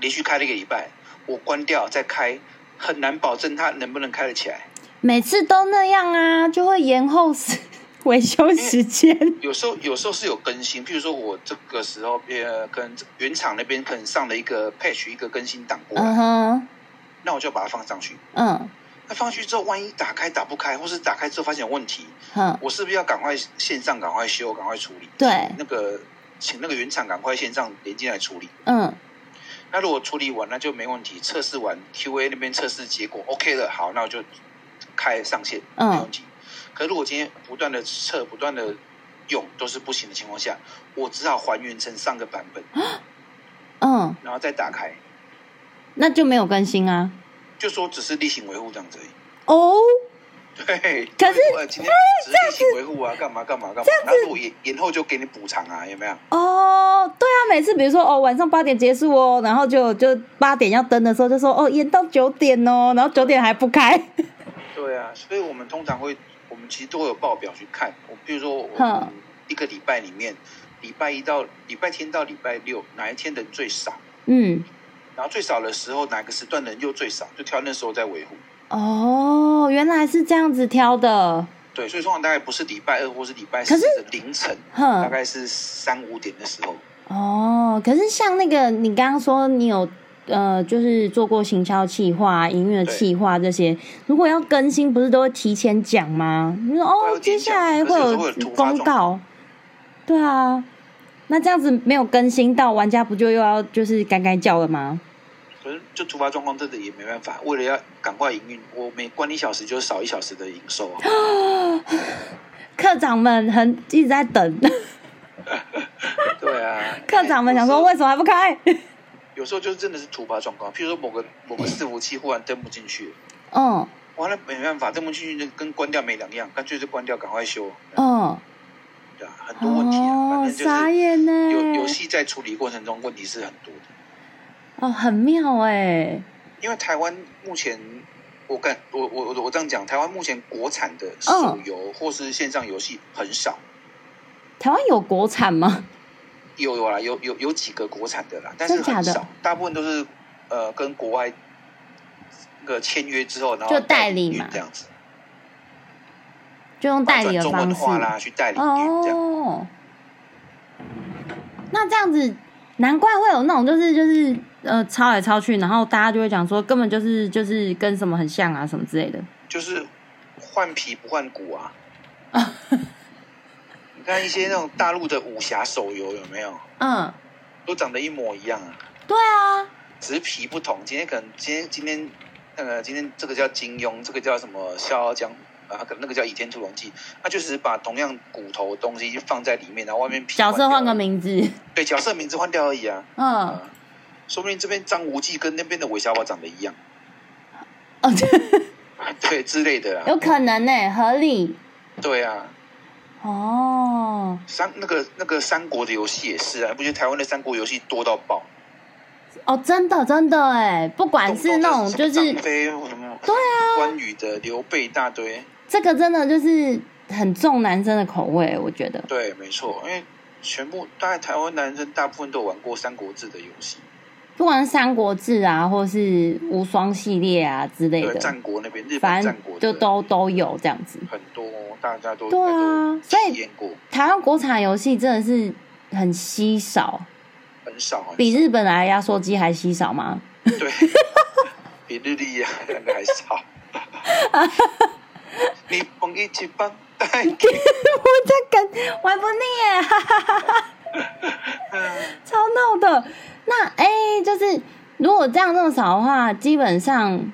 Speaker 2: 连续开了一个礼拜，我关掉再开，很难保证它能不能开得起来。
Speaker 1: 每次都那样啊，就会延后时 维修时间。
Speaker 2: 有时候有时候是有更新，譬如说我这个时候呃，可能原厂那边可能上了一个 patch 一个更新档过来，
Speaker 1: 嗯哼，
Speaker 2: 那我就把它放上去。
Speaker 1: 嗯
Speaker 2: 那放进去之后，万一打开打不开，或是打开之后发现有问题，
Speaker 1: 哼，
Speaker 2: 我是不是要赶快线上赶快修、赶快处理？
Speaker 1: 对
Speaker 2: 那个请那个原厂赶快线上连进来处理。
Speaker 1: 嗯
Speaker 2: 那如果处理完，那就没问题。测试完 QA 那边测试结果 OK 了，好，那我就开上线，没
Speaker 1: 嗯
Speaker 2: 问题。可如果今天不断的测、不断的用都是不行的情况下，我只好还原成上个版本，
Speaker 1: 嗯，
Speaker 2: 然后再打开，
Speaker 1: 那就没有更新啊。
Speaker 2: 就说只是例行维护这样子而已。
Speaker 1: 哦，
Speaker 2: 对，
Speaker 1: 可是
Speaker 2: 我今天只是例行维护啊，干嘛干嘛干嘛，然后我延延后就给你补偿啊，有没有？
Speaker 1: 哦，对啊，每次比如说哦晚上八点结束哦，然后就就八点要登的时候就说哦延到九点哦，然后九点还不开。
Speaker 2: 对啊，所以我们通常会，我们其实都会有报表去看。我比如说，我
Speaker 1: 哼
Speaker 2: 们一个礼拜里面，礼拜一到礼拜天到礼拜六哪一天人最少，
Speaker 1: 嗯，
Speaker 2: 然后最少的时候哪个时段人又最少，就挑那时候再维护。
Speaker 1: 哦，原来是这样子挑的。
Speaker 2: 对，所以通常大概不是礼拜二或是礼拜
Speaker 1: 可
Speaker 2: 四
Speaker 1: 是嗯
Speaker 2: 的凌晨，大
Speaker 1: 哼，
Speaker 2: 概是三五点的时候。
Speaker 1: 哦，可是像那个你刚刚说你有呃，就是做过行销企划、营运的
Speaker 2: 对
Speaker 1: 企划这些，如果要更新，不是都会提前讲吗？你说
Speaker 2: 会
Speaker 1: 哦，
Speaker 2: 有
Speaker 1: 接
Speaker 2: 提前
Speaker 1: 下来
Speaker 2: 讲可
Speaker 1: 会
Speaker 2: 是有时候会有突发
Speaker 1: 公
Speaker 2: 状
Speaker 1: 告，对啊。那这样子没有更新到，玩家不就又要就是该该叫了吗？
Speaker 2: 可是就突发状况，真的也没办法。为了要赶快营运，我每关一小时就少一小时的营收 啊。
Speaker 1: 课长们很一直在等，
Speaker 2: 哎对啊，
Speaker 1: 课长们想说为什么还不 开？
Speaker 2: 有时候就真的是突发状况，譬如说某个某个伺服器忽然登不进去了，
Speaker 1: 嗯
Speaker 2: 完了没办法，登不进去就跟关掉没两样，干脆就关掉，赶快修，
Speaker 1: 嗯，
Speaker 2: 对啊，很多问题啊，
Speaker 1: 哦
Speaker 2: 反，正
Speaker 1: 傻
Speaker 2: 就是
Speaker 1: 眼呢、
Speaker 2: 游游戏在处理过程中问题是很多的，
Speaker 1: 哦，很妙哎、
Speaker 2: 因为台湾目前。我干我我我我这样讲，台湾目前国产的手
Speaker 1: 嗯
Speaker 2: 游或是线上游戏很少，
Speaker 1: 台湾有国产吗？
Speaker 2: 有有啦，有有有几个国产的啦，但
Speaker 1: 真
Speaker 2: 是
Speaker 1: 假
Speaker 2: 很
Speaker 1: 的
Speaker 2: 少，大部分都是呃跟国外那个签约之后，然后
Speaker 1: 就代理
Speaker 2: 运
Speaker 1: 嘛
Speaker 2: 这样子，
Speaker 1: 就用代理的
Speaker 2: 中
Speaker 1: 方
Speaker 2: 文
Speaker 1: 式
Speaker 2: 化啦去代理运这样。
Speaker 1: 哦。那这样子，难怪会有那种就是就是呃抄来抄去，然后大家就会讲说根本就是就是跟什么很像啊什么之类的。
Speaker 2: 就是换皮不换骨 啊。你看一些那种大陆的武侠手游有没有，
Speaker 1: 嗯，
Speaker 2: 都长得一模一样啊，
Speaker 1: 对啊，
Speaker 2: 只是皮不同。今天可能今天今天那个今天这个叫金庸，这个叫什么《笑傲江湖》啊，可能那个叫《倚天屠龙记》，它就是把同样骨头的东西放在里面，然后外面皮
Speaker 1: 角色
Speaker 2: 掉
Speaker 1: 换个
Speaker 2: 而已，
Speaker 1: 名字，
Speaker 2: 对，角色名字换掉而已啊。
Speaker 1: 嗯，
Speaker 2: 啊说不定这边张无忌跟那边的韦小宝长得一样，
Speaker 1: 哦，
Speaker 2: 对之类的啊，
Speaker 1: 有可能呢、合理
Speaker 2: 对啊。
Speaker 1: 哦。
Speaker 2: 三那个那个三国的游戏也是啊，不觉得台湾的三国游戏多到爆？
Speaker 1: 哦，真的真的哎，不管
Speaker 2: 动不
Speaker 1: 是
Speaker 2: 动
Speaker 1: 那种
Speaker 2: 什
Speaker 1: 就
Speaker 2: 么
Speaker 1: 是
Speaker 2: 张飞什么
Speaker 1: 对啊，
Speaker 2: 关羽的、刘备一大堆。
Speaker 1: 这个真的就是很重男生的口味，我觉得。
Speaker 2: 对，没错，因为全部大概台湾男生大部分都有玩过《三国志》的游戏，
Speaker 1: 不管是《三国志》啊，或是无双系列啊之类
Speaker 2: 对，
Speaker 1: 的，
Speaker 2: 战国那边日
Speaker 1: 反
Speaker 2: 本战
Speaker 1: 正
Speaker 2: 国
Speaker 1: 就
Speaker 2: 的
Speaker 1: 都都有这样子。
Speaker 2: 很多，大家都
Speaker 1: 对啊
Speaker 2: 应该
Speaker 1: 所
Speaker 2: 都
Speaker 1: 以
Speaker 2: 体验过，
Speaker 1: 台湾国产游戏真的是很稀少，
Speaker 2: 很少很
Speaker 1: 比
Speaker 2: 少
Speaker 1: 日本的压缩机还稀少吗？
Speaker 2: 对， 比日历啊两个 还少。你捧一起帮带给
Speaker 1: 我在跟玩不腻耶，哈哈哈哈，超闹的。那哎、就是如果这样弄少的话，基本上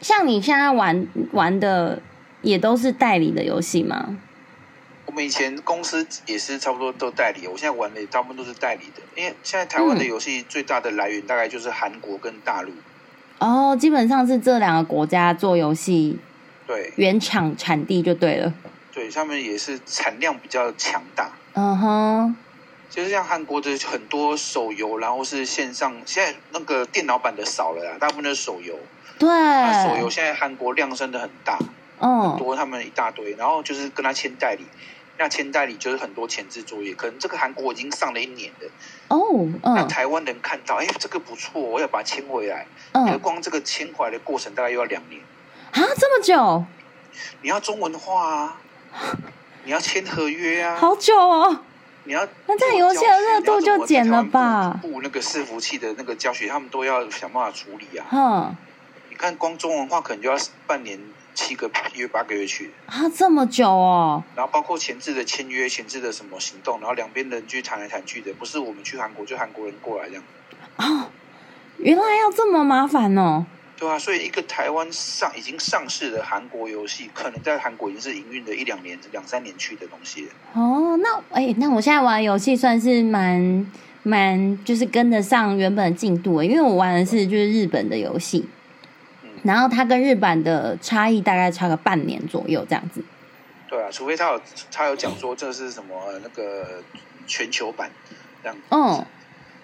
Speaker 1: 像你现在玩玩的也都是代理的游戏吗？
Speaker 2: 我们以前公司也是差不多都代理，我现在玩的也大部分都是代理的，因为现在台湾的游戏最大的来源大概就是韩国跟大陆，
Speaker 1: 哦，基本上是这两个国家做游戏
Speaker 2: 对
Speaker 1: 原厂产地就对了。
Speaker 2: 对，他们也是产量比较强大。
Speaker 1: 嗯哼，
Speaker 2: 就是像韩国的很多手游，然后是线上，现在那个电脑版的少了啦，大部分都是手游。
Speaker 1: 对，
Speaker 2: 那手游现在韩国量升的很大，
Speaker 1: 嗯
Speaker 2: 多他们一大堆，然后就是跟他签代理，那签代理就是很多前置作业，可能这个韩国已经上了一年了，
Speaker 1: 哦
Speaker 2: 那
Speaker 1: 嗯
Speaker 2: 台湾人看到，哎，这个不错，我要把它签回来。可是
Speaker 1: 嗯
Speaker 2: 光这个迁回来的过程大概又要两年。
Speaker 1: 啊，这么久，
Speaker 2: 你要中文化啊， 你要签合约啊，
Speaker 1: 好久哦。
Speaker 2: 你要
Speaker 1: 那这样游戏的热度就减了吧
Speaker 2: 不，那个伺服器的那个教学，他们都要想办法处理啊。
Speaker 1: 哼，
Speaker 2: 你看，光中文化可能就要半年七个月、八个月去的，
Speaker 1: 啊，这么久哦，
Speaker 2: 然后包括前置的签约、前置的什么行动，然后两边人去谈来谈去的，不是我们去韩国就韩国人过来这样。
Speaker 1: 啊，原来要这么麻烦哦，
Speaker 2: 对啊，所以一个台湾上已经上市的韩国游戏，可能在韩国已经是营运的一两年、两三年去的东西了。
Speaker 1: 哦，那哎、那我现在玩游戏算是蛮蛮，就是跟得上原本的进度欸的，因为我玩的是就是日本的游戏，
Speaker 2: 嗯，
Speaker 1: 然后它跟日版的差异大概差个半年左右这样子。
Speaker 2: 对啊，除非他有他有讲说这是什么呃那个全球版这样，
Speaker 1: 嗯，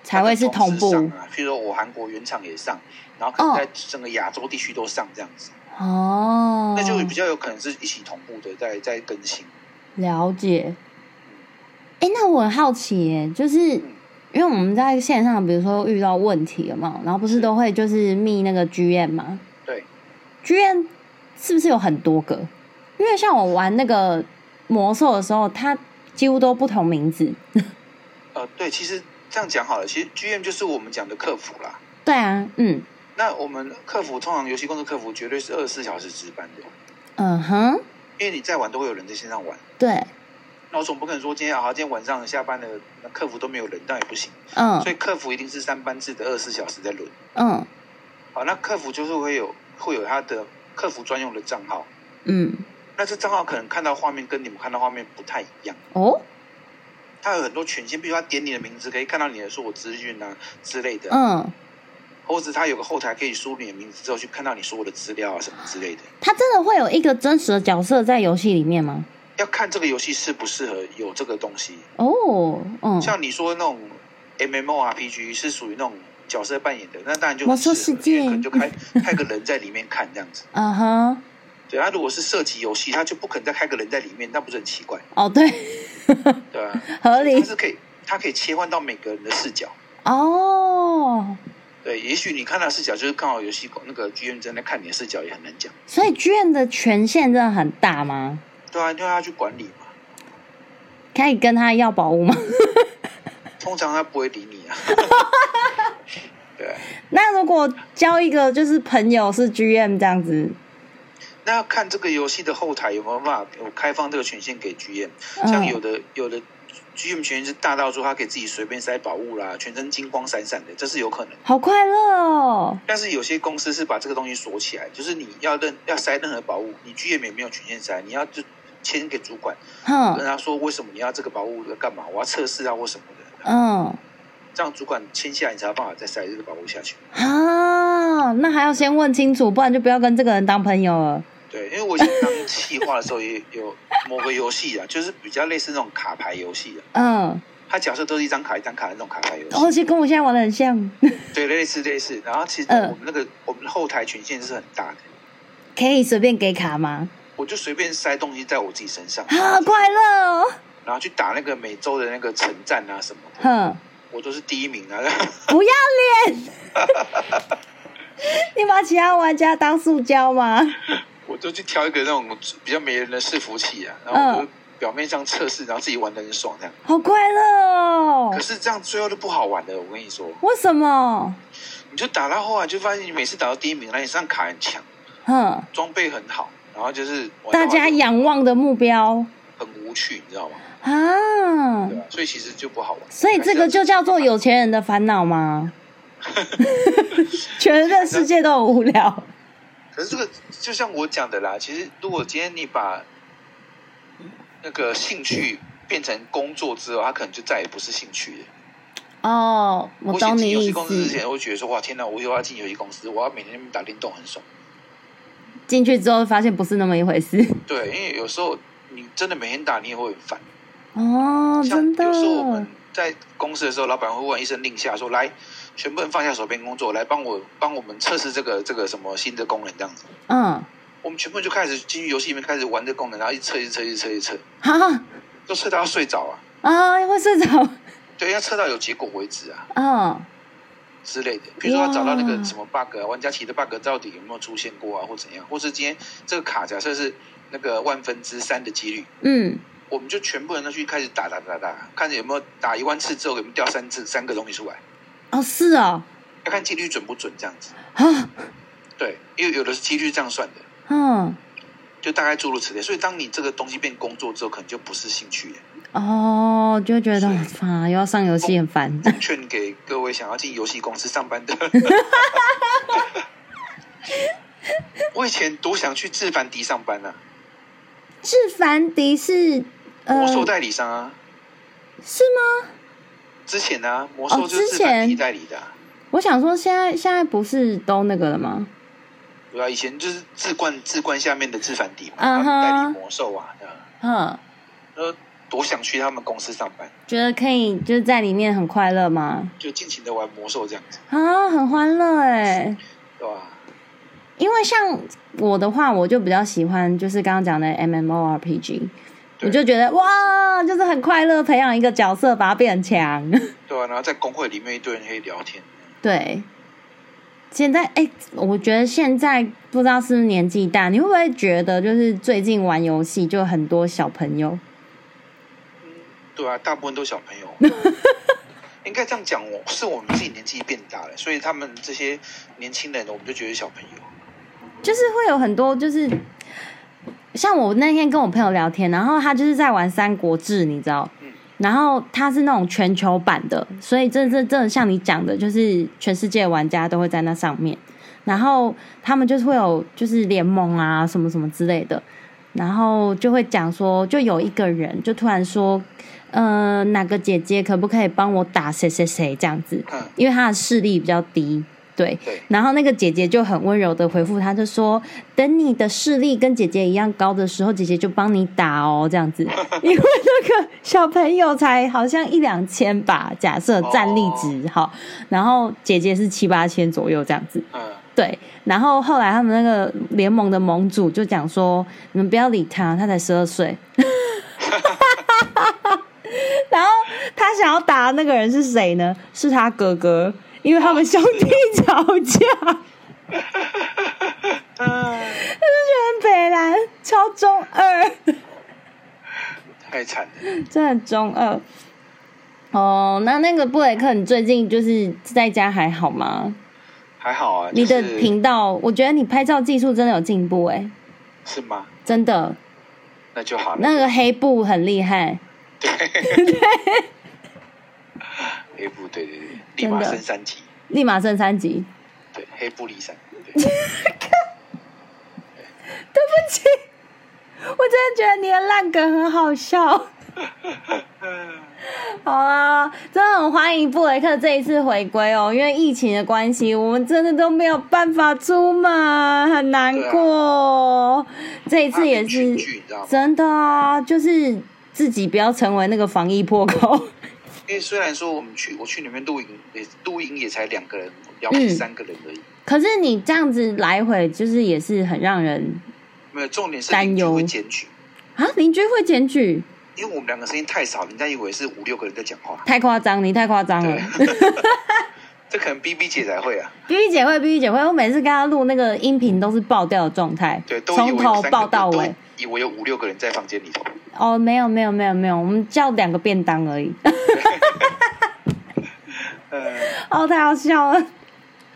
Speaker 1: 才会是同
Speaker 2: 它的
Speaker 1: 步
Speaker 2: 同时上啊。譬如说我韩国原厂也上，然后可能
Speaker 1: 哦
Speaker 2: 在整个亚洲地区都上这样子，
Speaker 1: 哦。
Speaker 2: 那就比较有可能是一起同步的在在更新。
Speaker 1: 了解。哎、那我很好奇耶、就是因为我们在线上，比如说遇到问题了嘛，然后不是都会就是密那个 GM 嘛
Speaker 2: 对，
Speaker 1: ，GM 是不是有很多个？因为像我玩那个魔兽的时候，它几乎都不同名字。
Speaker 2: 呃，对，其实这样讲好了，其实 GM 就是我们讲的客服啦。
Speaker 1: 对啊，嗯
Speaker 2: 那我们客服通常游戏公司客服绝对是二十四小时值班的，
Speaker 1: 嗯哼，
Speaker 2: 因为你再晚都会有人在线上玩。
Speaker 1: 对，
Speaker 2: 那我总不可能说今天啊，好今天晚上下班了，那客服都没有人，那也不行。
Speaker 1: 嗯
Speaker 2: 所以客服一定是三班制的二十四小时在轮。
Speaker 1: 嗯
Speaker 2: 好，那客服就是会有会有他的客服专用的账号，
Speaker 1: 嗯，
Speaker 2: 那这账号可能看到画面跟你们看到画面不太一样，
Speaker 1: 哦，
Speaker 2: 它有很多权限，比如他点你的名字可以看到你的所有资讯啊之类的，
Speaker 1: 嗯，
Speaker 2: 或者是他有个后台可以输入你的名字之后去看到你所有的资料啊什么之类的。
Speaker 1: 它真的会有一个真实的角色在游戏里面吗？
Speaker 2: 要看这个游戏适不适合有这个东西，
Speaker 1: 哦，嗯，
Speaker 2: 像你说那种 MMORPG 是属于那种角色扮演的，那当然就
Speaker 1: 魔
Speaker 2: 很
Speaker 1: 兽
Speaker 2: 适合
Speaker 1: 世界
Speaker 2: 因为可能就 开开个人在里面看这样子。
Speaker 1: 嗯哼，
Speaker 2: 对，他如果是射击游戏，他就不可能再开个人在里面，那不是很奇怪？
Speaker 1: 哦，对，
Speaker 2: 对啊，
Speaker 1: 合理
Speaker 2: 它。是可以，它可以切换到每个人的视角。
Speaker 1: 哦，
Speaker 2: 对，也许你看他的视角就是刚好游戏那个剧院正在看你的视角，也很难讲。
Speaker 1: 所以剧院的权限真的很大吗？
Speaker 2: 对啊，因为他要去管理嘛，
Speaker 1: 可以跟他要宝物吗？
Speaker 2: 通常他不会理你啊。对，啊
Speaker 1: 那如果交一个就是朋友是 GM 这样子，
Speaker 2: 那要看这个游戏的后台有没有办法有开放这个权限给 GM，像有
Speaker 1: 嗯，
Speaker 2: 的有的 GM 权限是大到说他可以自己随便塞宝物啦，全身金光闪闪的，这是有可能。
Speaker 1: 好快乐哦，
Speaker 2: 但是有些公司是把这个东西锁起来，就是你要任要塞任何宝物，你 GM 也没有权限塞，你要就签给主管，跟
Speaker 1: 哼，
Speaker 2: 他说为什么你要这个宝物干嘛，我要测试啊或什么的，
Speaker 1: 嗯，
Speaker 2: 这样主管签下来，你才有办法再塞这个宝物下去。
Speaker 1: 啊，那还要先问清楚，不然就不要跟这个人当朋友了。
Speaker 2: 对，因为我以前当企划的时候也 有某个游戏啊，就是比较类似那种卡牌游戏啊，
Speaker 1: 嗯，
Speaker 2: 它角色都是一张卡一张卡的那种卡牌游戏，
Speaker 1: 哦，其实跟我现在玩的很像，
Speaker 2: 对，类似类似。然后其实
Speaker 1: 嗯
Speaker 2: 我们那个、我们的后台权限是很大的，
Speaker 1: 可以随便给卡吗？
Speaker 2: 我就随便塞东西在我自己身上，
Speaker 1: 好快乐哦，
Speaker 2: 然后去打那个每周的那个城战啊什么的。
Speaker 1: 哼，
Speaker 2: 我都是第一名啊！
Speaker 1: 不要脸， 你把其他玩家当塑胶吗？
Speaker 2: 我都去挑一个那种比较没人的伺服器啊，然后我就表面上测试，然后自己玩的很爽这样。
Speaker 1: 好快乐哦
Speaker 2: 可！是这样最后就不好玩了，我跟你说，
Speaker 1: 为什么？
Speaker 2: 你就打到后来就发现你每次打到第一名，那你上卡很强，
Speaker 1: 哼，
Speaker 2: 装备很好，然后就是玩到
Speaker 1: 大家仰望的目标
Speaker 2: 很无趣，你知道吗？
Speaker 1: 啊
Speaker 2: 对，吧？所以其实就不好玩。
Speaker 1: 所以这个就叫做有钱人的烦恼 吗？全这世界都很无聊。
Speaker 2: 可是这个就像我讲的啦，其实如果今天你把那个兴趣变成工作之后，它可能就再也不是兴趣了。
Speaker 1: 哦，我
Speaker 2: 以前
Speaker 1: 懂
Speaker 2: 进
Speaker 1: 你
Speaker 2: 游
Speaker 1: 意
Speaker 2: 戏公司之
Speaker 1: 思。
Speaker 2: 前，我会觉得说哇天哪，我以后要进游戏公司，我要每天在那边打电动很爽。
Speaker 1: 进去之后发现不是那么一回事。
Speaker 2: 对，因为有时候你真的每天打，你也会很烦。
Speaker 1: 哦，
Speaker 2: 像
Speaker 1: 真的
Speaker 2: 有。时候我们在公司的时候，老板会忽然一声令下说：“来，全部人放下手边工作，来帮我帮我们测试这个这个什么新的功能这样子。”
Speaker 1: 嗯，
Speaker 2: 我们全部就开始进去游戏里面开始玩这功能，然后一测一测一测一测，
Speaker 1: 好
Speaker 2: 都测到要睡着啊。
Speaker 1: 啊，会睡着。
Speaker 2: 对，要测到有结果为止啊
Speaker 1: 嗯，
Speaker 2: 之类的。比如说要找到那
Speaker 1: 哇
Speaker 2: 个什么 bug 啊，玩家提的 bug 到底有没有出现过啊，或怎样，或是今天这个卡假设是那个万分之三的几率，
Speaker 1: 嗯，
Speaker 2: 我们就全部人都去开始打打打打，看有没有打一万次之后有没有掉三次三个东西出来，
Speaker 1: 哦，是哦，
Speaker 2: 要看几率准不准这样子。
Speaker 1: 啊，
Speaker 2: 对，因为有的是几率这样算的。
Speaker 1: 嗯，
Speaker 2: 就大概诸如此类。所以当你这个东西变工作之后，可能就不是兴趣了。
Speaker 1: 哦，就觉得啊，又要上游戏很烦。
Speaker 2: 劝给各位想要进游戏公司上班的，我以前多想去自凡迪上班啊，
Speaker 1: 是凡迪是呃
Speaker 2: 魔兽代理商啊，
Speaker 1: 是吗？
Speaker 2: 之前啊，魔兽
Speaker 1: 哦
Speaker 2: 就是
Speaker 1: 之
Speaker 2: 自凡
Speaker 1: 前
Speaker 2: 迪代理的、啊，
Speaker 1: 我想说，现在现在不是都那个了吗？
Speaker 2: 对啊，以前就是志冠志冠下面的自凡迪嘛，他
Speaker 1: 嗯哼
Speaker 2: 们代理魔兽啊，这样
Speaker 1: 嗯，
Speaker 2: 然后多想去他们公司上班，
Speaker 1: 觉得可以就是在里面很快乐吗？
Speaker 2: 就尽情的玩魔兽这样子，
Speaker 1: 啊，很欢乐哎。
Speaker 2: 对吧、
Speaker 1: 因为像我的话，我就比较喜欢就是刚刚讲的 MMORPG，我
Speaker 2: 对
Speaker 1: 就觉得哇，就是很快乐，培养一个角色把它变强。
Speaker 2: 对啊，然后在工会里面一堆人可以聊天，
Speaker 1: 对，现在哎、我觉得现在不知道是不是年纪大，你会不会觉得就是最近玩游戏就很多小朋友？
Speaker 2: 对啊，大部分都小 朋友。应该这样讲，我是我们自己年纪变大了，所以他们这些年轻人，我们就觉得小朋友。
Speaker 1: 就是会有很多就是。像我那天跟我朋友聊天，然后他就是在玩《三国志》，你知道
Speaker 2: 嗯，
Speaker 1: 然后他是那种全球版的，所以这这真的像你讲的，就是全世界玩家都会在那上面，然后他们就是会有就是联盟啊什么什么之类的，然后就会讲说，就有一个人就突然说，呃，哪个姐姐可不可以帮我打谁谁谁这样子，
Speaker 2: 嗯，
Speaker 1: 因为他的视力比较低，对，
Speaker 2: 对，
Speaker 1: 然后那个姐姐就很温柔的回复他，就说：“等你的视力跟姐姐一样高的时候，姐姐就帮你打哦，这样子。因为那个小朋友才好像一两千吧，假设战力值哈、然后姐姐是七八千左右这样子。
Speaker 2: 嗯，
Speaker 1: 对，然后后来他们那个联盟的盟主就讲说：你们不要理他，他才十二岁。然后他想要打的那个人是谁呢？是他哥哥，因为他们兄弟吵架。”很北蓝，超中二，
Speaker 2: 太惨了。
Speaker 1: 真的中二。哦，那那个布雷克，你最近就是在家还好吗？
Speaker 2: 还好啊，
Speaker 1: 你的
Speaker 2: 就是
Speaker 1: 频道，我觉得你拍照技术真的有进步哎、
Speaker 2: 是吗？
Speaker 1: 真的，
Speaker 2: 那就好了。
Speaker 1: 那个黑布很厉害，
Speaker 2: 黑布，对对对，立
Speaker 1: 真的
Speaker 2: 马升三级，
Speaker 1: 立马升三级。
Speaker 2: 对，黑布立三， 对，
Speaker 1: 对不起，我真的觉得你的烂梗很好笑。
Speaker 2: 嗯
Speaker 1: 好啊，真的很欢迎布雷克这一次回归哦，因为疫情的关系，我们真的都没有办法出门，很难过。这一次也
Speaker 2: 群
Speaker 1: 是
Speaker 2: 聚，你知道吗？
Speaker 1: 真的啊，就是自己不要成为那个防疫破口。
Speaker 2: 因为虽然说我们去我去里面露营，也露营也才两个人，聊
Speaker 1: 嗯
Speaker 2: 起三个人而已。
Speaker 1: 可是你这样子来回，就是也是很让人
Speaker 2: 没有，重点是
Speaker 1: 担
Speaker 2: 邻居
Speaker 1: 忧
Speaker 2: 会检举，
Speaker 1: 啊，邻居会检举，
Speaker 2: 因为我们两个声音太少，人家以为是五六个人在讲话。
Speaker 1: 太夸张，你太夸张了
Speaker 2: 对。，这可能 B B 姐才会啊。
Speaker 1: B B 姐会，B B 姐会，我每次跟她录那个音频都是爆掉的状态，
Speaker 2: 对，都以
Speaker 1: 从
Speaker 2: 为有
Speaker 1: 头
Speaker 2: 三
Speaker 1: 爆
Speaker 2: 个，
Speaker 1: 到
Speaker 2: 都
Speaker 1: 尾。
Speaker 2: 以为有五六个人在房间里头。
Speaker 1: 哦，没有没有没有没有，我们叫两个便当而已。
Speaker 2: 呃，
Speaker 1: 哦，太好笑了。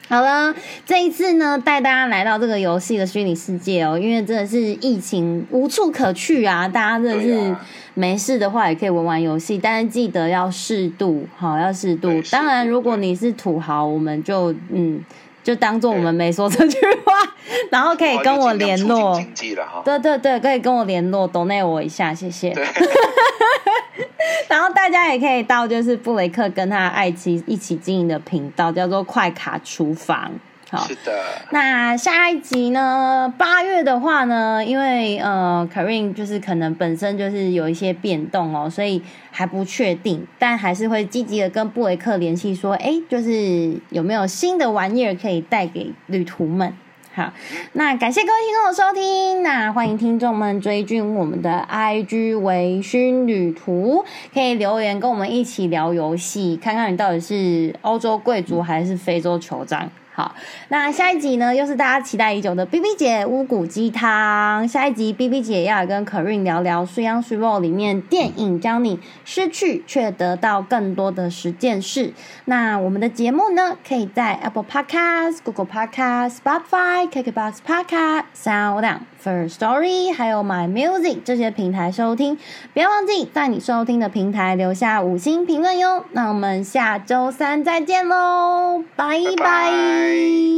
Speaker 1: 好了，这一次呢，带大家来到这个游戏的虚拟世界哦，因为真的是疫情无处可去啊，大家真的
Speaker 2: 对
Speaker 1: 是
Speaker 2: 啊
Speaker 1: 没事的话也可以玩玩游戏，但是记得要适度，好要适度
Speaker 2: 对。适
Speaker 1: 当然，
Speaker 2: 度
Speaker 1: 如果
Speaker 2: 对
Speaker 1: 你是土豪，我们就嗯，就当做我
Speaker 2: 对
Speaker 1: 们没说这句话， 然后可以
Speaker 2: 好
Speaker 1: 跟
Speaker 2: 就
Speaker 1: 我
Speaker 2: 尽量
Speaker 1: 联
Speaker 2: 促进
Speaker 1: 络。
Speaker 2: 经济了哈。
Speaker 1: 对对对，可以跟我联络，抖内我一下，谢谢。
Speaker 2: 对，
Speaker 1: 然后大家也可以到就是布雷克跟他爱妻一起经营的频道，叫做快卡厨房。好
Speaker 2: 是，的，
Speaker 1: 那下一集呢？八月的话呢，因为呃 k a r i n 就是可能本身就是有一些变动哦，所以还不确定，但还是会积极的跟布雷克联系，说，哎，就是有没有新的玩意儿可以带给旅途们。好，那感谢各位听众的收听，那欢迎听众们追踪我们的 IG 微醺旅途，可以留言跟我们一起聊游戏，看看你到底是欧洲贵族还是非洲酋长。好，那下一集呢，又是大家期待已久的 B B 姐乌骨鸡汤。下一集 B B 姐要来跟 k a r i n 聊聊《虽央虽弱》里面电影教你失去却得到更多的十件事。那我们的节目呢，可以在 Apple Podcast、Google Podcast、Spotify、KKBox Podcast、Sound On、First Story，还有 My Music 这些平台收听。不要忘记在你收听的平台留下五星评论哟。那我们下周三再见喽，拜
Speaker 2: 拜拜